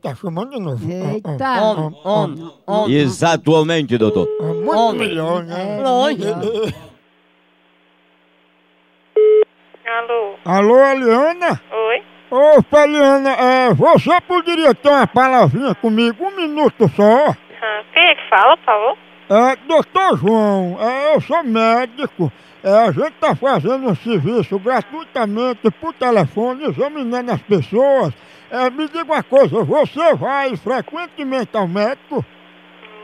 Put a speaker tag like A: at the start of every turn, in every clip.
A: Tá chamando de novo.
B: Eita.
A: Ah, ah, ah, ah, ah,
C: Exatamente, doutor.
A: ah, Muito
D: Homem.
A: melhor, né?
B: É,
D: Lógico.
E: Alô?
A: Alô, Eliana?
E: Oi?
A: Ô, Eliana, é, você poderia ter uma palavrinha comigo, um minuto só?
E: Ah, quem é que fala, por favor?
A: É, doutor João, é, eu sou médico. É, a gente está fazendo um serviço gratuitamente por telefone, examinando as pessoas. É, me diga uma coisa, você vai frequentemente ao médico?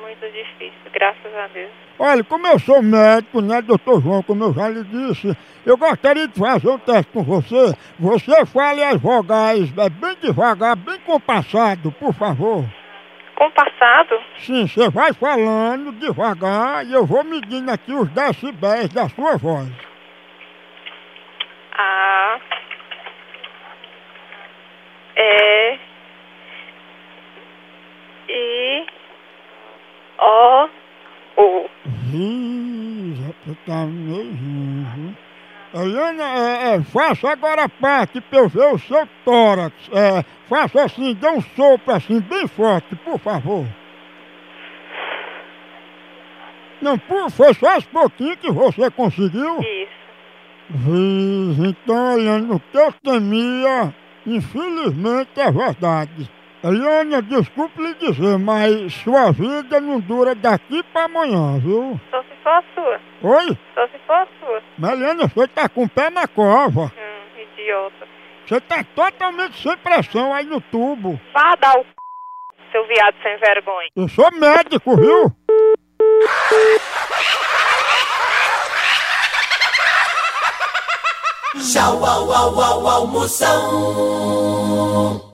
E: Muito difícil, graças a Deus.
A: Olha, como eu sou médico, né, doutor João, como eu já lhe disse, eu gostaria de fazer um teste com você. Você fale as vogais, é, bem devagar, bem compassado, por favor.
E: Com o passado,
A: Sim, você vai falando devagar e eu vou medindo aqui os decibéis da sua voz.
E: A. E. I. O. U.
A: Ih, já tá meio ruim, viu? Eliana, é, é, faça agora a parte pra eu ver o seu tórax. É, faça assim, dê um sopro assim, bem forte, por favor. Não, por, foi só esse pouquinho que você conseguiu.
E: Isso.
A: Viz, então, Eliana, o que eu temia, infelizmente, é verdade. Eliana, desculpe lhe dizer, mas sua vida não dura daqui pra amanhã, viu?
E: Só se for a sua.
A: Oi?
E: Só se for a sua.
A: Mariana, você tá com o pé na cova.
E: Hum, idiota.
A: Você tá totalmente sem pressão aí no tubo.
E: Vá dar o c... seu viado sem vergonha.
A: Eu sou médico, viu?
D: Tchau, au, au, au, almoção.